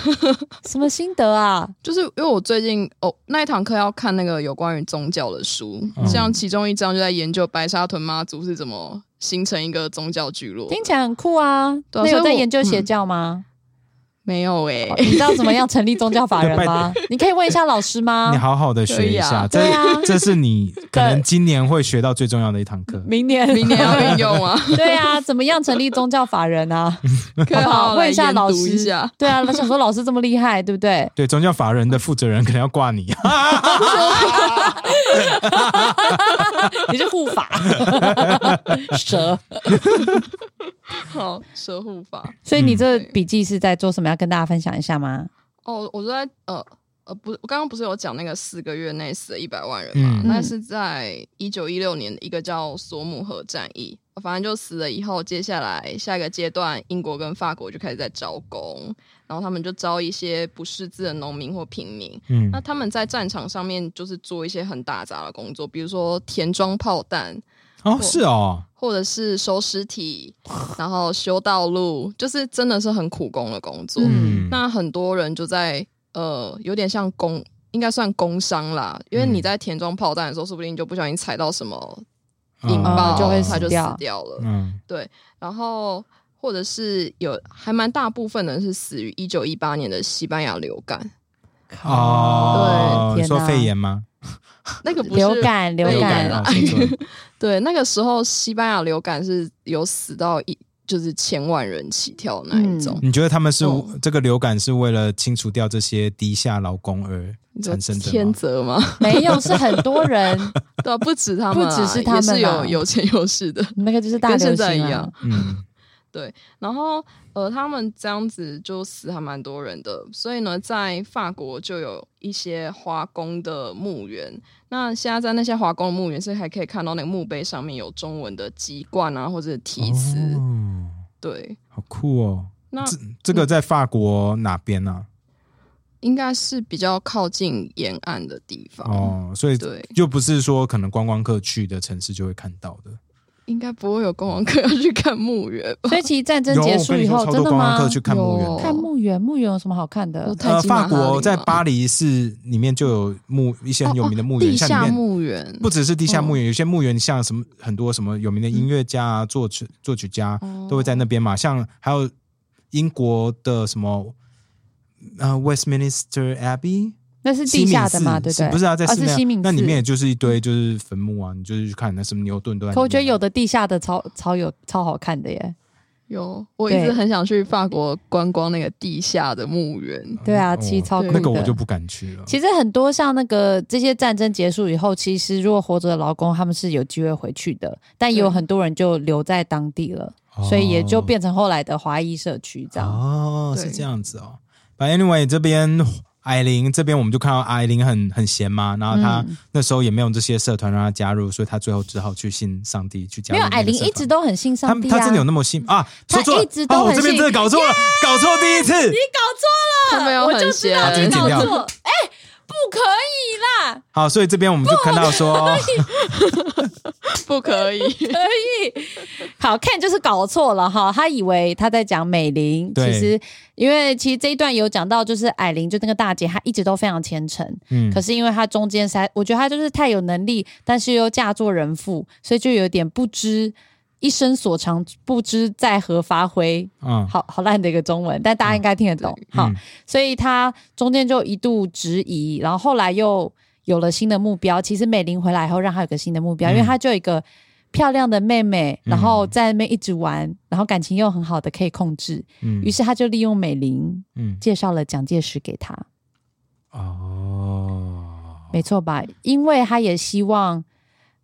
C: 什么心得啊？
D: 就是因为我最近哦那一堂课要看那个有关于宗教的书，
A: 嗯
D: 像其中一章就在研究白沙屯妈祖是怎么形成一个宗教聚落的。
C: 听起来很酷啊！
D: 对
C: 那
D: 啊所以
C: 有
D: 我嗯
C: 在研究邪教吗？哦
D: 没有欸诶、
C: 你知道怎么样成立宗教法人
D: [LAUGHS]
C: 吗？你可以问一下老师吗
A: 你？好好的学一下，
C: 对
A: 这
C: 啊
A: 这是
C: [LAUGHS]
A: 你可能今年会学到最重要的一堂课。
C: 明年，
D: 明年要运用啊，
C: 对啊，怎么样成立宗教法人啊？
D: 可以
C: 好不
D: [LAUGHS] 好
C: 好？
D: 好
C: 问
D: 来
C: 一下
D: 研
C: 老
D: 读
C: 师。
D: 一
C: [LAUGHS]
D: 下。
C: 对啊，我想说老师这么厉害，对不对？
A: 对，宗教法人的负责人可能要挂你。
C: 你是护
D: [LAUGHS]
C: 法蛇，
D: 好，蛇护法。
C: 所以
A: 嗯
C: 你这笔记是在做什么？要跟大家分享一下吗？
D: 哦，我就在呃呃，不是，我刚刚不是有讲那个四个月内死了一百万人
A: 嗯
D: 嘛？那是在一九一六年的一个叫索姆河战役，反正就死了以后，接下来下一个阶段，英国跟法国就开始在招工，然后他们就招一些不识字的农民或平民。
A: 嗯
C: 啊
D: 那他们在战场上面就是做一些很打杂的工作，比如说填装炮弹，
A: 哦，是哦，
D: 或者是收尸体，然后修道路，就是真的是很苦工的工作。
A: 嗯，
D: 那很多人就在呃，有点像工，应该算工伤啦，因为
A: 嗯
D: 你在填装炮弹的时候，说不定就不小心踩到什么
A: 嗯
D: 引爆，
C: 啊就会
D: 它
C: 死
D: 就
C: 掉
D: 死掉了。
A: 嗯
D: 然后或者是有还蛮大部分人是死于一九一八年的西班牙流感，
A: 哦，
C: 对
A: 你说
C: 天哪
A: 肺炎吗？
D: 那个不是
C: 流感，流
D: 流
C: 感
D: 感
C: [LAUGHS]
A: 啊，说错了
D: 对，那个时候西班牙流感是有死到一就是千万人起跳那一
C: 嗯
D: 种。
A: 你觉得他们是
D: 哦
A: 这个流感是为了清除掉这些低下劳工而
D: 你说
A: 产生的
D: 天
A: 吗？
D: 择吗？ [LAUGHS]
C: 没有，是很多人，
D: 对、啊，不止他们啊、
C: 不只是他们
D: 也是
C: 啊
D: 有有钱有势的。
C: 那个就是大
D: 跟
C: 流
D: 现在
C: 行
D: 一
C: 啊
D: 样。
C: [LAUGHS]
A: 嗯
D: 然后呃，他们这样子就死还蛮多人的，所以呢，在法国就有一些华工的墓园。那现在在那些华工的墓园是还可以看到那个墓碑上面有中文的籍贯啊，或者是题词。
A: 哦
D: 对，
A: 好酷哦！
D: 那
A: 这这个在法国哪边啊呢？
D: 应该是比较靠近沿岸的地
C: 嗯
D: 方，
A: 哦，所以
D: 对
A: 就不是说可能观光客去的城市就会看到的。
D: 应该不会有观光客要去看墓园吧？
C: 所以其实战争
A: 有，啊
C: 结
A: 我
C: 束
A: 跟你
C: 以
A: 说，
C: 后，
A: 超
C: 真
A: 多
C: 的
A: 观光客
C: 吗？
A: 去看墓
D: 有
A: 园。
C: 看墓园，墓园有什么好看的
D: 有？泰
A: 呃，
D: 姬玛
A: 法
D: 哈陵
A: 国在
D: 吗
A: 巴黎市里面就有墓一些很有名的墓
D: 哦
A: 园，
D: 哦地
A: 像
D: 下
A: 里面
D: 墓园
A: 不只是地
C: 哦
A: 下墓园，有些墓园像什么很多什么有
C: 嗯
A: 名的音乐家啊、作曲作曲家
D: 哦
A: 都会在那边嘛。像还有英国的什么呃 Westminster Abbey，
C: 那是
A: 西
C: 地
A: 敏
C: 下
A: 寺
C: 的嘛，对不
A: 是
C: 对？
A: 不是啊，在
C: 哦
A: 室
C: 是
A: 内啊、
C: 西敏寺。
A: 那里面也就是一堆就是坟墓啊，你就是去看那什么牛顿都在里面啊。
C: 可我觉得有的地下的超超有超好看的耶。
D: 有，我一直
C: 对
D: 很想去法国观光那个地下的墓园。
C: 对啊，
A: 哦
C: 其实超酷
D: 对
C: 的。
A: 那个我就不敢去了。
C: 其实很多像那个这些战争结束以后，其实如果活着的劳工他们是有机会回去的，但也有
D: 对
C: 很多人就留在当地了，
A: 哦
C: 所以也就变成后来的华裔社区这样。
A: 哦，
D: 对
A: 是这样子哦。反正 anyway 这边。艾琳这边我们就看到艾琳很很闲嘛，然后她
C: 嗯
A: 那时候也没有这些社团让她加入，所以她最后只好去信上帝去加
C: 没
A: 入
C: 有，
A: 那个社
C: 艾
A: 团。
C: 琳一直都很信
A: 他
C: 上帝
A: 他
C: 啊。
A: 真的有那么信啊？
C: 他
A: 说错了
C: 一直都
A: 啊我
C: 很
A: 这边
C: 信
A: 真的搞错
C: [LAUGHS]
A: 了，搞错第一次。
D: 他没有
C: 我就
D: 很
C: 知
D: 闲，
C: 道你
A: 剪
C: 搞
A: 掉
C: 错，哎、不可以啦，
A: 好，所以这边我们就看到说，
D: 不可以。
C: 可以。 [LAUGHS] 好看就是搞错了哈，他以为他在讲美玲，
A: 对
C: 其实因为其实这一段有讲到，就是艾琳就那个大姐，她一直都非常虔诚，
A: 嗯
C: 可，是因为她中间才，我觉得她就是太有能力，但是又嫁作人妇，所以就有点不知一生所长，不知在何发挥。
A: 嗯，
C: 好好烂的一个中文，但大家应该听得懂。好
A: 嗯，，
C: 所以她中间就一度质疑，然后后来又有了新的目标。其实美玲回来以后，让她有个新的目标，
A: 嗯
C: 因为她就有一个漂亮的妹妹，
A: 嗯
C: 然后在那边一直玩，然后感情又很好的可以控制。
A: 嗯，
C: 于是她就利用美玲
A: 嗯，
C: 介绍了蒋介石给她。
A: 哦，
C: 没错吧？因为他也希望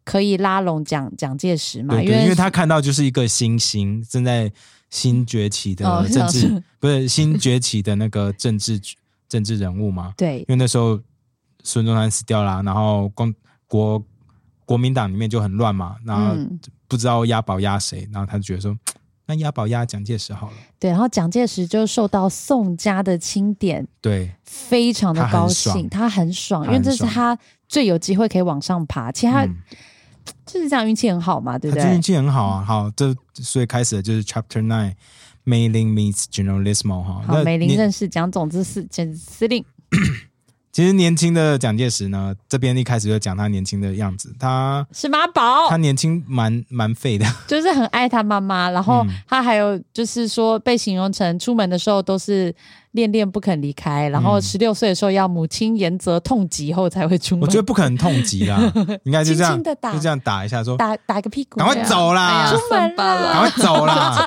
C: 可以拉拢蒋蒋介石嘛，
A: 对
C: 因为
A: 对，因为他看到就是一个新兴正在新崛起
C: 哦
A: 的政治，不是新崛起的那个政治政治人物嘛？
C: 对
A: 因为那时候孙中山死掉了，然后共国国民党里面就很乱嘛，然后
C: 嗯
A: 不知道押宝押谁，然后他就觉得说，那押宝押蒋介石好了，
C: 对，然后蒋介石就受到宋家的钦点，
A: 对。
C: 非常的
A: 他很
C: 高
A: 爽
C: 兴，他很爽，
A: 他
C: 因为
A: 很
C: 这是
A: 爽
C: 哎他最有机会可以往上爬。其实他、
A: 嗯
C: 就是这样运气很好嘛，对不
A: 他最
C: 对
A: 运？气很好啊，好，这所以开始的就是 Chapter Nine。梅林 meets Generalismo 哈，
C: 好，美玲
A: 年
C: 认识蒋总之司简司令，
A: 其实年轻的蒋介石呢，这边一开始就讲他年轻的样子，他
C: 是妈宝
A: 他，年轻蛮蛮废的，
C: 就是很爱他妈妈，然
A: 嗯
C: 后他还有就是说被形容成出门的时候都是恋恋不肯离开，然后
A: 嗯
C: 十六岁的时候要母亲严责痛击后才会出门，
A: 我觉得不可能痛击啦，应该就这样
C: [LAUGHS] 轻轻地打
A: 就这样打一下说，
C: 打打个屁股，
A: 赶 [LAUGHS] 快走啦，
D: 啊
C: 出门
A: 赶
D: 啦
C: 啦，
A: 快走
C: [LAUGHS]
A: 啦！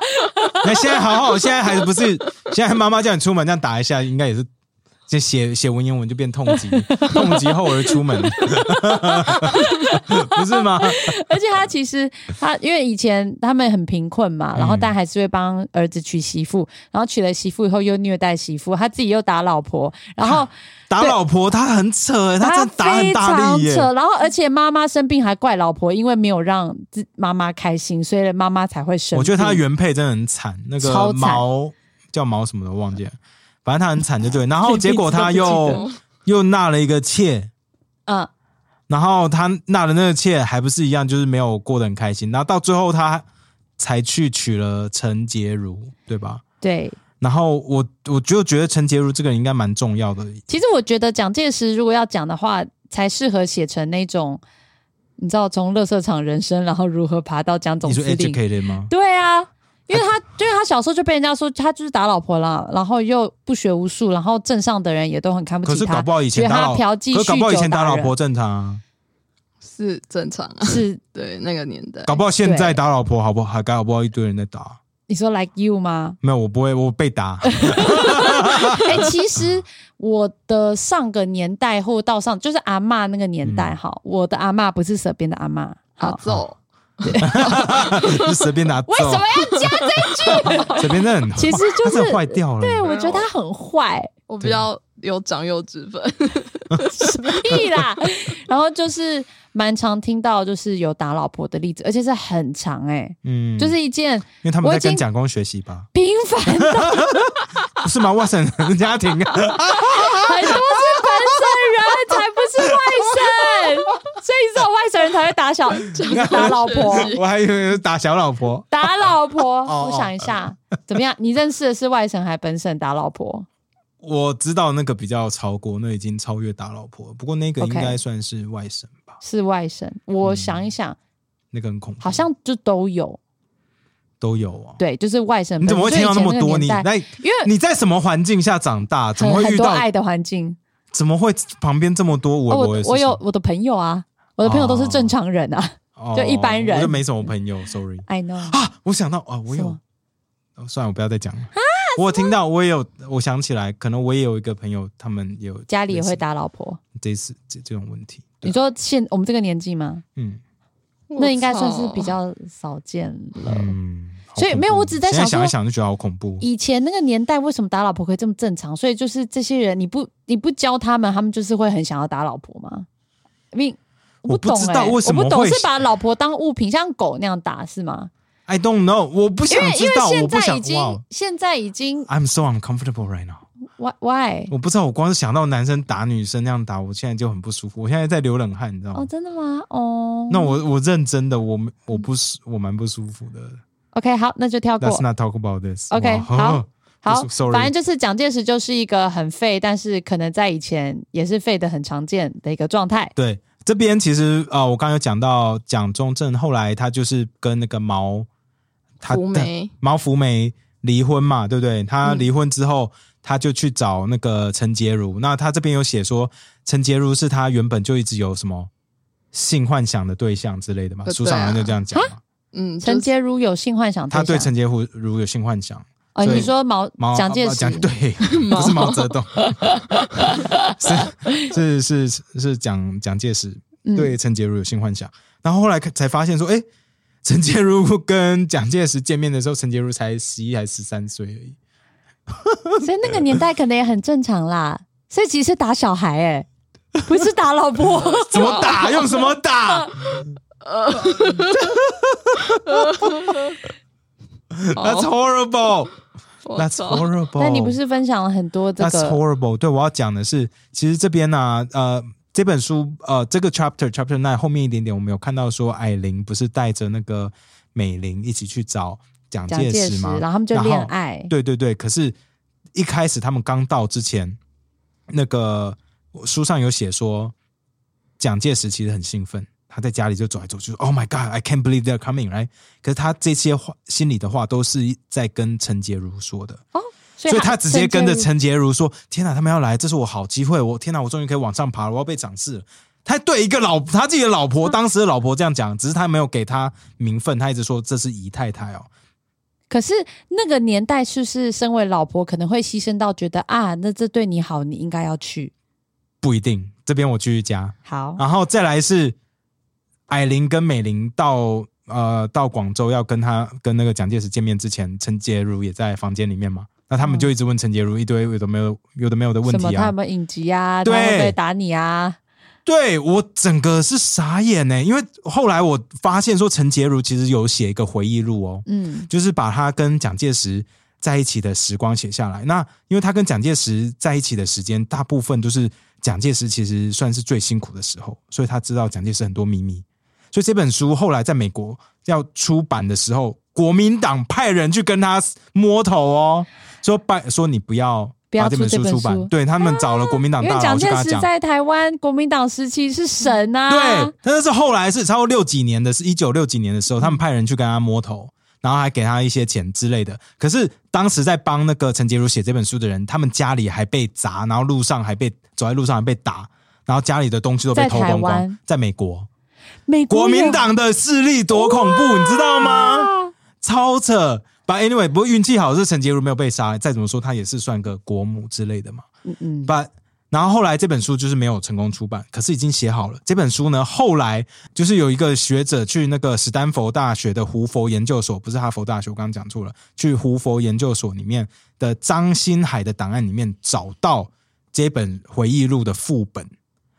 A: 那现在好好，现在还不是现在妈妈叫你出门这样打一下，应该也是就写写文言文就变痛
C: [LAUGHS]
A: 击，痛击后而出门， [LAUGHS] 不是吗？
C: [LAUGHS] 而且他其实他因为以前他们很贫困
A: 嗯
C: 嘛，然后但还是会帮儿子娶媳妇，然后娶了媳妇以后又虐待媳妇，他自己又打老婆，然后
A: 打老婆他很扯欸，他真的打很
C: 非
A: 大
C: 常
A: 力耶、
C: 扯，然后而且妈妈生病还怪老婆，因为没有让自妈妈开心，所以妈妈才会生病。
A: 我觉得他的原配真的很惨，那
C: 超
A: 个
C: 惨
A: 毛叫毛什么的我忘记了，反正他很惨就
C: [LAUGHS]
A: 对。然后结果他又又纳了一个妾，
C: 嗯，
A: 然后他纳了那个妾还不是一样，就是没有过得很开心。然后到最后他才去娶了陈洁如，对吧？
C: 对。
A: 然后我我就觉得陈洁如这个人应该蛮重要的，
C: 其实我觉得蒋介石如果要讲的话，才适合写成那种，你知道从乐色场人生，然后如何爬到蒋总
A: 你说
C: 司令。
A: educated 吗？
C: 对啊，因为他因为他小时候就被人家说他就是打老婆啦，然后又不学无术，然后镇上的人也都很看不
A: 可
C: 起
A: 是搞
C: 他
A: 不，好以前打
C: 觉得
A: 老，
C: 他嫖妓
A: 可是搞不好以前打老
C: 酗酒打
A: 婆正常啊，
D: 是正常啊，
C: [LAUGHS] 是
D: 对那个年代，
A: 搞不好现在
C: 对
A: 打老婆好不好？还搞不好一堆人在打，
C: 你说 like you
A: [LAUGHS]
C: 吗？
A: 没有我不会，我被打。
C: 哎、其实我的上个年代或到上就是阿嬷那个年代
A: 嗯
C: 哈，我的阿嬷不是舌边的阿嬷，
D: 阿
C: 好，
D: 奏
A: 就随便拿走。
C: [LAUGHS] 为什么要加
A: [LAUGHS]
C: 这
A: 随便那很坏，
C: 其实就是
A: 他真的坏掉了。
C: 对，我觉得他很坏，
D: 我比
A: 对
D: 较有长幼之分，
C: 什么屁啦！然后就是蛮常听到，就是有打老婆的例子，而且是很长哎、
A: 嗯，
C: 就是一件
A: 因为他们
C: 我
A: 在
C: 已经
A: 跟蒋公学习吧？
C: 平
A: [LAUGHS]
C: 凡的
A: 不是吗？外省人 [LAUGHS] 家庭
C: [LAUGHS]
A: 啊，
C: 很多是本省人才不是外省，
A: [LAUGHS]
C: 所以这种外省人才会打小打老婆
D: 是，
A: 我还以 [LAUGHS] 为是打小老婆。
C: 打老婆。
A: 哦
C: 我想一下，怎么样？你认识的是外省还本省打老婆？
A: 我知道那个比较超过，那已经超越打老婆了，不过那个应
C: OK
A: 该算是外省吧？
C: 是外省，我想一
A: 嗯
C: 想，
A: 那个很恐怖，
C: 好像就都有，
A: 都有啊。
C: 对，就是外省。
A: 你怎么会
C: 本
A: 听
C: 省
A: 到那么多？
C: 就
A: 你
C: 以前那个年代
A: 那
C: 因为
A: 你在什么环境下长大？怎么
C: 很
A: 会
C: 很
A: 遇
C: 多
A: 到？
C: 爱的环境，
A: 怎么会旁边这么多我
C: 哦
A: 我
C: 我我有我的朋友啊，我的朋友都
A: 哦
C: 是正常人啊。就一般人
A: 我就没什么朋友，sorry。
C: I know，
A: 啊，我想到啊，我
C: 什
A: 有
C: 么，啊
A: 哦算了，我不要再讲了。我有听到，我也有，我想起来，可能我也有一个朋友，他们也有
C: [LAUGHS] 家里也
A: 类
C: 会
A: 似
C: 打老婆。
A: 这次这这种问题。对
C: 你说现我们这个年纪吗？
A: 嗯
C: [LAUGHS] 那应该算是比
D: 我
C: 较少见了。
A: 嗯，好
C: 所以
A: 恐
C: 没有
A: 怖
C: 我只在
A: 现在
C: 想
A: 想一
C: 说
A: 想就觉得好恐怖。
C: 以前那个年代，为什么打老婆可以这么正常？所以就是这些人，你不你不教他们，他们就是会很想要打老婆吗？因为
A: 我不
C: 懂、
A: 知
C: 欸，
A: 道为什么
C: 我不懂
A: 会
C: 是把老婆当物品，像狗那样打是吗？
A: I don't know，我不
C: 因为
A: 想知
C: 因为
A: 道，我
C: 现
A: 不
C: 在
A: 想
C: 已。
A: 哇
C: 经现在已经
A: ，I'm so uncomfortable right now。
C: why why
A: 我不知道，我光是想到男生打女生那样打，我现在就很不舒服。我现在在流冷汗，你知道吗？
C: 哦真的吗？哦，
A: 那我我认真的，我我不是我蛮不舒服的。
C: OK 好，那就跳过。
A: Let's not talk about this。
C: OK，
A: 哇
C: 好，好
A: 不是，sorry，
C: 反正就是蒋介石就是一个很废，但是可能在以前也是废的很常见的一个状态。
A: 对，这边其实啊、呃我刚刚有讲到蒋中正，后来他就是跟那个毛，他
D: 草，福
A: 他
D: 梅
A: 毛福梅离婚嘛，对不对？他
C: 嗯
A: 离婚之后，他就去找那个陈洁如。那他这边有写说，陈洁如是他原本就一直有什么性幻想的对象之类的嘛，
D: 呃
A: 书上好像
D: 对啊
A: 就这样讲嘛。
D: 嗯，
C: 陈
D: 就是
C: 洁如有性幻想
A: 他对
C: 象
A: 陈洁如如有性幻想，
C: 哦，
A: 对
C: 你说毛
A: 毛
C: 蒋介
A: 啊
C: 石
A: 对， [LAUGHS] 不是毛泽东， [LAUGHS] 是是是是蒋蒋介石
C: 嗯
A: 对陈洁如有性幻想，然后后来才发现说，哎，陈洁如跟蒋介石见面的时候，陈洁如才十一还十三岁而已，
C: 所以那个年代可能也很正常啦。所以其实是打小孩哎、不是打
A: [LAUGHS]
C: 老婆，
A: 怎么打？呃用什么打？That's
D: 哦
A: horrible.
D: 我
A: That's
D: 操
A: horrible.
C: 那你不是分享了很多这
A: That's
C: 个
A: horrible。对，我要讲的是，其实这边呢、呃，这本书呃这个 chapter chapter nine 后面一点点，我们有看到说艾琳不是带着那个美玲一起去找蒋
C: 蒋
A: 介
C: 介
A: 石
C: 石，
A: 吗？
C: 然后他们就
A: 然后
C: 恋爱，
A: 对对对，可是，一开始他们刚到之前，那个书上有写说，蒋介石其实很兴奋，他在家里就走来走去，说 “Oh my God, I can't believe they're coming!” 来，可是他这些话心里的话都是在跟陈洁如说的，
C: 所
A: 所以他直接跟着
C: 陈
A: 陈洁如说：“天哪，他们要来，这是我好机会！我天哪，我终于可以往上爬了，我要被赏识了。”他对一个老他自己的老
C: 嗯
A: 婆，当时的老婆这样讲，只是他没有给他名分，他一直说这是姨太太哦。
C: 可是那个年代，是不是身为老婆可能会牺牲到觉得啊，那这对你好，你应该要去。
A: 不一定，这边我继续加。
C: 好，
A: 然后再来是艾琳跟美玲到呃到广州要跟她跟那个蒋介石见面之前，陈洁如也在房间里面嘛，那他们就一直问陈洁如一堆有的没有有的没有的问
C: 嗯什么
A: 题
C: 他有
A: 啊。
C: 没有影集啊？
A: 对
C: 他会不会打你啊？
A: 对我整个是傻眼呢、欸因为后来我发现说陈洁如其实有写一个回忆录哦，
C: 嗯，
A: 就是把他跟蒋介石在一起的时光写下来。那因为他跟蒋介石在一起的时间，大部分都是蒋介石其实算是最辛苦的时候，所以他知道蒋介石很多秘密。所以这本书后来在美国要出版的时候，国民党派人去跟他摸头哦，说拜说你不要
C: 不要
A: 把这本
C: 出这
A: 书
C: 本
A: 出版，
C: 书啊
A: 对他们找了国民党
C: 因
A: 大佬
C: 为蒋
A: 去
C: 介
A: 跟他
C: 石
A: 讲。
C: 在台湾国民党时期是神啊。嗯
A: 对，但是后来是超过六几年的，是一九六几年的时候，他们派人去跟他摸头，然后还给他一些钱之类的。可是当时在帮那个陈洁如写这本书的人，他们家里还被砸，然后路上还被走在路上还被打，然后家里的东西都被
C: 在
A: 偷
C: 台
A: 光光
C: 湾。
A: 在美国，
C: 美
A: 国
C: 也
A: 民党的势力多恐怖，你知道吗？
C: 啊
A: 超扯。But anyway，不过运气好是陈洁如没有被杀，再怎么说她也是算个国母之类的嘛。
C: 嗯嗯，
A: But 然后后来这本书就是没有成功出版，可是已经写好了。这本书呢，后来就是有一个学者去那个史丹佛大学的胡佛研究所，不是哈佛大学，我刚刚讲错了，去胡佛研究所里面的张新海的档案里面找到这本回忆录的副本。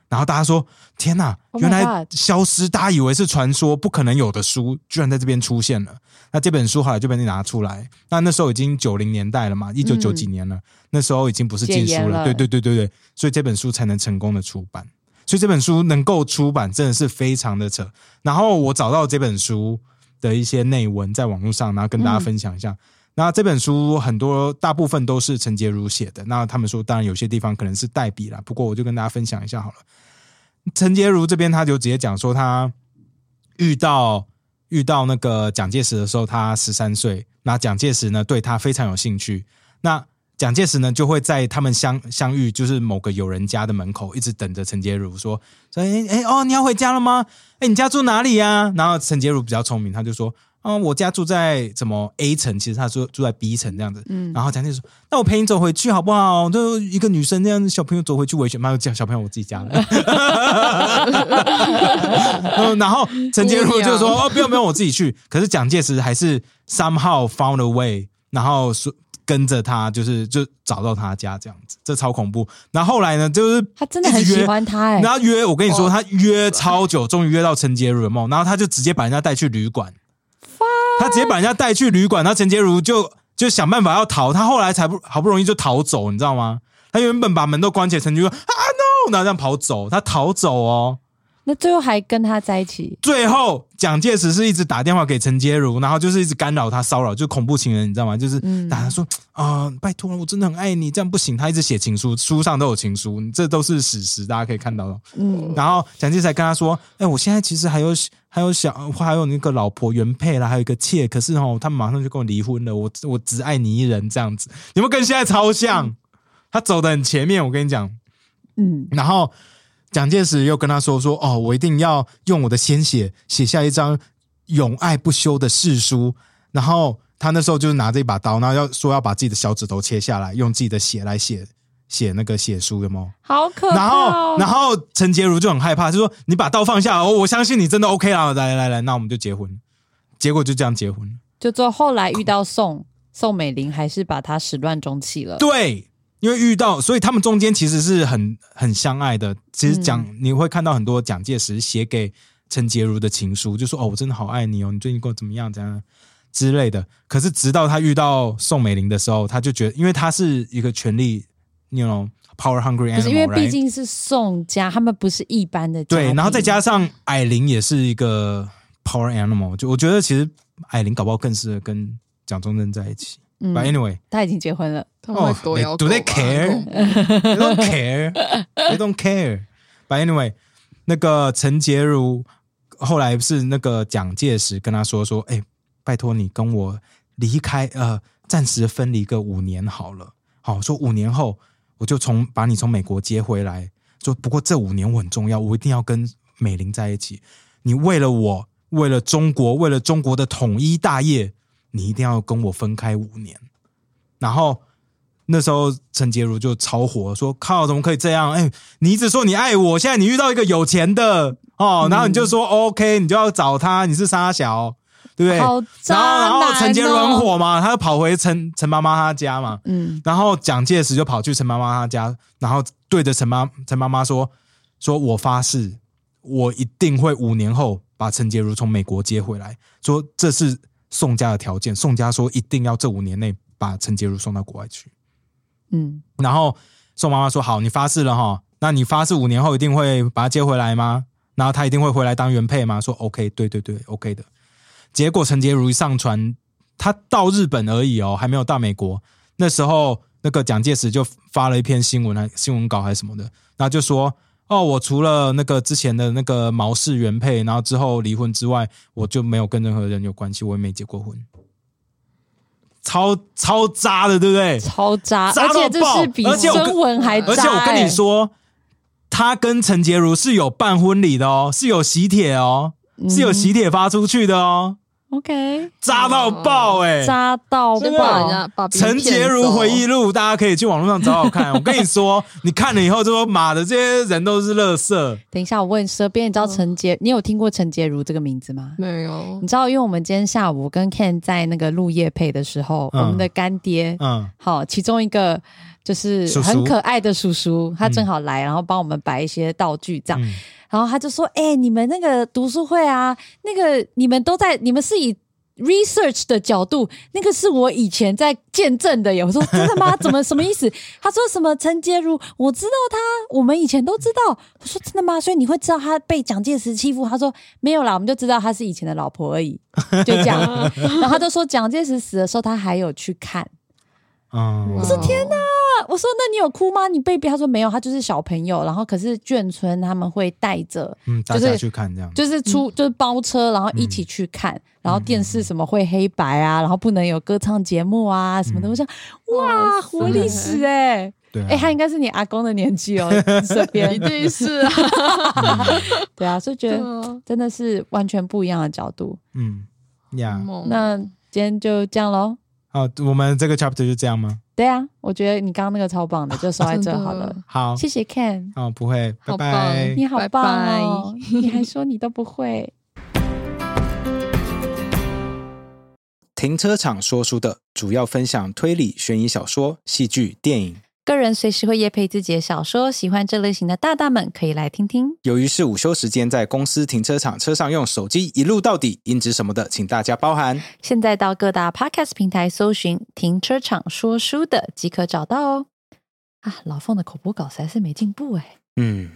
A: 然后大家说：“天哪，
C: Oh my
A: 原来
C: God
A: 消失！大家以为是传说，不可能有的书，居然在这边出现了。那这本书后来就被拿出来。那那时候已经九零年代了嘛，一九九几年了，那时候已经不是禁
C: 戒
A: 书
C: 严
A: 了。
C: 了
A: 对对对对对，所以这本书才能成功的出版。所以这本书能够出版，真的是非常的扯。然后我找到这本书的一些内文，在网络上，然后跟大家分享一下。那这本书很多大部分都是陈洁如写的，那他们说当然有些地方可能是代笔啦，不过我就跟大家分享一下好了。陈洁如这边他就直接讲说，他遇到遇到那个蒋介石的时候，他十三岁，那蒋介石呢对他非常有兴趣，那蒋介石呢就会在他们相相遇，就是某个友人家的门口一直等着陈洁如说说，哎哎哦，你要回家了吗？哎，你家住哪里呀、然后陈洁如比较聪明，他就说。嗯，我家住在什么 A 层，其实他住住在 B 层这样子。嗯，然后蒋介石说：“那我陪你走回去好不好？就一个女生这样子，小朋友走回去，我也觉得妈，这样小朋友我自己家的。” [LAUGHS] 嗯，然后陈洁如就说：“哦，不用不用，我自己去。”可是蒋介石还是 somehow found a way，然后说跟着他，就是就找到他家这样子，这超恐怖。然后后来呢，就是
C: 他真的很
A: 一直约
C: 喜欢他哎、
A: 然后约，我跟你说，
D: 哇
A: 他约超久，终于约到陈洁如的梦，然后他就直接把人家带去旅馆，他直接把人家带去旅馆，然后陈洁如就就想办法要逃，他后来才不好不容易就逃走，你知道吗？他原本把门都关起来，陈洁如说啊 no，然后这样跑走，他逃走哦。
C: 那最后还跟他在一起，
A: 最后，蒋介石是一直打电话给陈洁如，然后就是一直干扰他、骚扰，就恐怖情人，你知道吗？就是打他说啊、拜托，我真的很爱你，这样不行。他一直写情书，书上都有情书，这都是史实，大家可以看到的。
C: 嗯，
A: 然后蒋介石还跟他说：“哎、我现在其实还有还有小还有那个老婆原配啦，还有一个妾，可是哦，他们马上就跟我离婚了，我我只爱你一人这样子。”有没有跟现在超像？他走的很前面，我跟你讲。
C: 嗯，
A: 然后蒋介石又跟他说说哦，我一定要用我的鲜血写下一张永爱不休的誓书。然后他那时候就是拿着一把刀，然后要说要把自己的小指头切下来，用自己的血来写写那个血书，有没有？
C: 好可
A: 然
C: 怕、哦
A: 后，然后陈洁如就很害怕，就说：“你把刀放下，哦，我相信你真的 OK 啦，来来来，那我们就结婚。”结果就这样结婚了。
C: 就做后来遇到宋宋美龄，还是把他始乱终弃了。
A: 对，因为遇到，所以他们中间其实是很很相爱的。其实蒋、
C: 嗯
A: 你会看到很多蒋介石写给陈洁如的情书，就说：“哦，我真的好爱你哦，你最近过得怎么样？怎样之类的。”可是直到他遇到宋美龄的时候，他就觉得，因为他是一个权力 you know power hungry
C: 可
A: animal，
C: 是因为
A: right？
C: 毕竟是宋家，他们不是一般的家
A: 对，然后再
C: 庭
A: 加上矮玲也是一个 power animal，就我觉得其实矮玲搞不好更适合跟蒋中正在一起。But
C: 嗯，
A: anyway，
C: 他已经结婚了，
D: 他们会狗
A: they-
D: 咬狗
A: 哦哎 do they
D: 吧
A: care?
C: [LAUGHS]
A: they don't care. They don't care. But anyway，那个陈洁如后来是那个蒋介石跟他说说，哎、拜托你跟我离开，呃，暂时分离个五年好了。好，说五年后我就从把你从美国接回来。说不过这五年我很重要，我一定要跟美玲在一起。你为了我，为了中国，为了中国的统一大业，你一定要跟我分开五年。然后那时候陈洁如就超火，说靠，怎么可以这样？哎、你一直说你爱我，现在你遇到一个有钱的哦，
C: 嗯
A: 然后你就说、OK，你就要找他，你是沙小，对不对？
C: 好渣
A: 然后，
C: 男
A: 然
C: 哦
A: 后陈洁如很，火嘛，他就跑回陈陈妈妈她家嘛，
C: 嗯，
A: 然后蒋介石就跑去陈妈妈她家，然后对着陈妈陈妈妈说：“说我发誓，我一定会五年后把陈洁如从美国接回来。说这是宋家的条件，宋家说一定要这五年内把陈洁如送到国外去。”
C: 嗯，
A: 然后宋妈妈说：“好，你发誓了哈，那你发誓五年后一定会把她接回来吗？然后她一定会回来当原配吗？”说：“OK，对对对，OK 的。”结果陈洁如一上船，她到日本而已哦，还没有到美国。那时候那个蒋介石就发了一篇新闻，还新闻稿还是什么的，那就说。哦，我除了那个之前的那个毛氏原配，然后之后离婚之外，我就没有跟任何人有关系，我也没结过婚，超超渣的，对不对？
C: 超渣，
A: 渣
C: 而
A: 到
C: 且这
A: 爆
C: 是比
A: 而且我跟
C: 孙文还渣、欸
A: 而且我跟你，说，他跟陈洁如是有办婚礼的哦，是有喜帖哦，
C: 嗯
A: 是有喜帖发出去的哦，
C: ，OK，
A: 渣到爆哎、
C: 哦渣到
D: 先把人
C: 爆，
D: 家把别人
A: 陈洁如
D: 骗走
A: 回忆录，大家可以去网络上找找看。我跟你说，你看了以后就说，妈的，这些人都是垃圾。
C: 等一下，我问蛇边，你知道陈洁，你有听过陈洁如这个名字吗？
D: 没有
C: 你知道，因为我们今天下午我跟 Ken 在那个录夜配的时候，
A: 嗯
C: 我们的干爹，
A: 嗯，
C: 好，其中一个就是
A: 叔叔
C: 很可爱的叔叔，他正好来，然后帮我们摆一些道具这样，
A: 嗯
C: 然后他就说：“哎、你们那个读书会啊，那个你们都在，你们是以。” research 的角度，那个是我以前在见证的耶。我说真的吗？怎么什么意思？他说什么陈洁如，我知道他，我们以前都知道。我说真的吗？所以你会知道他被蒋介石欺负？他说没有啦，我们就知道他是以前的老婆而已，就这样。然后他就说蒋介石死的时候，他还有去看。
A: 嗯，
D: 我说天哪！
C: 我说：“那你有哭吗？你被逼？”他说：“没有，他就是小朋友。然后可是眷村他们会带着，
A: 嗯，大
C: 就
A: 家
C: 是
A: 去看这样。
C: 就是出、就是包车，然后一起去看。然后电视什么会黑白啊，然后不能有歌唱节目啊什么的。
A: 嗯
C: 我想，哇，
D: 哇塞
C: 活历史哎、欸、
A: 对啊
C: 哎、他应该是你阿公的年纪哦，这
D: [LAUGHS] 一
C: 边
D: 定是啊，
C: [LAUGHS]
A: 嗯
C: 对啊，所以觉
D: 对
B: 嗯
C: 得
D: 啊
C: 真的是完全不一样的角度。
A: 嗯呀，
B: 嗯
D: 梦
C: 那今天就这样喽。”
A: 好，我们这个 chapter 就这样吗？
C: 对啊，我觉得你刚刚那个超棒的，
B: 啊
C: 就收在这好了。
D: 真的
A: 好，
C: 谢谢 Ken，
A: 好，不会，拜
D: 好棒
A: 拜。
B: 嗯
C: 你好
D: 拜
C: 棒哦！ [LAUGHS] 你还说你都不会。
A: 停车场说书的主要分享推理、悬疑小说、戏剧、电影。
B: [LAUGHS] 个人随时会夜配自己的小说，喜欢这类型的大大们可以来听听。
A: 由于是午休时间，在公司停车场车上用手机一路到底，音质什么的，请大家包涵。
B: 现在到各大 podcast 平台搜寻“停车场说书的”即可找到哦。啊，老凤的口播稿实在是没进步哎。
A: 嗯。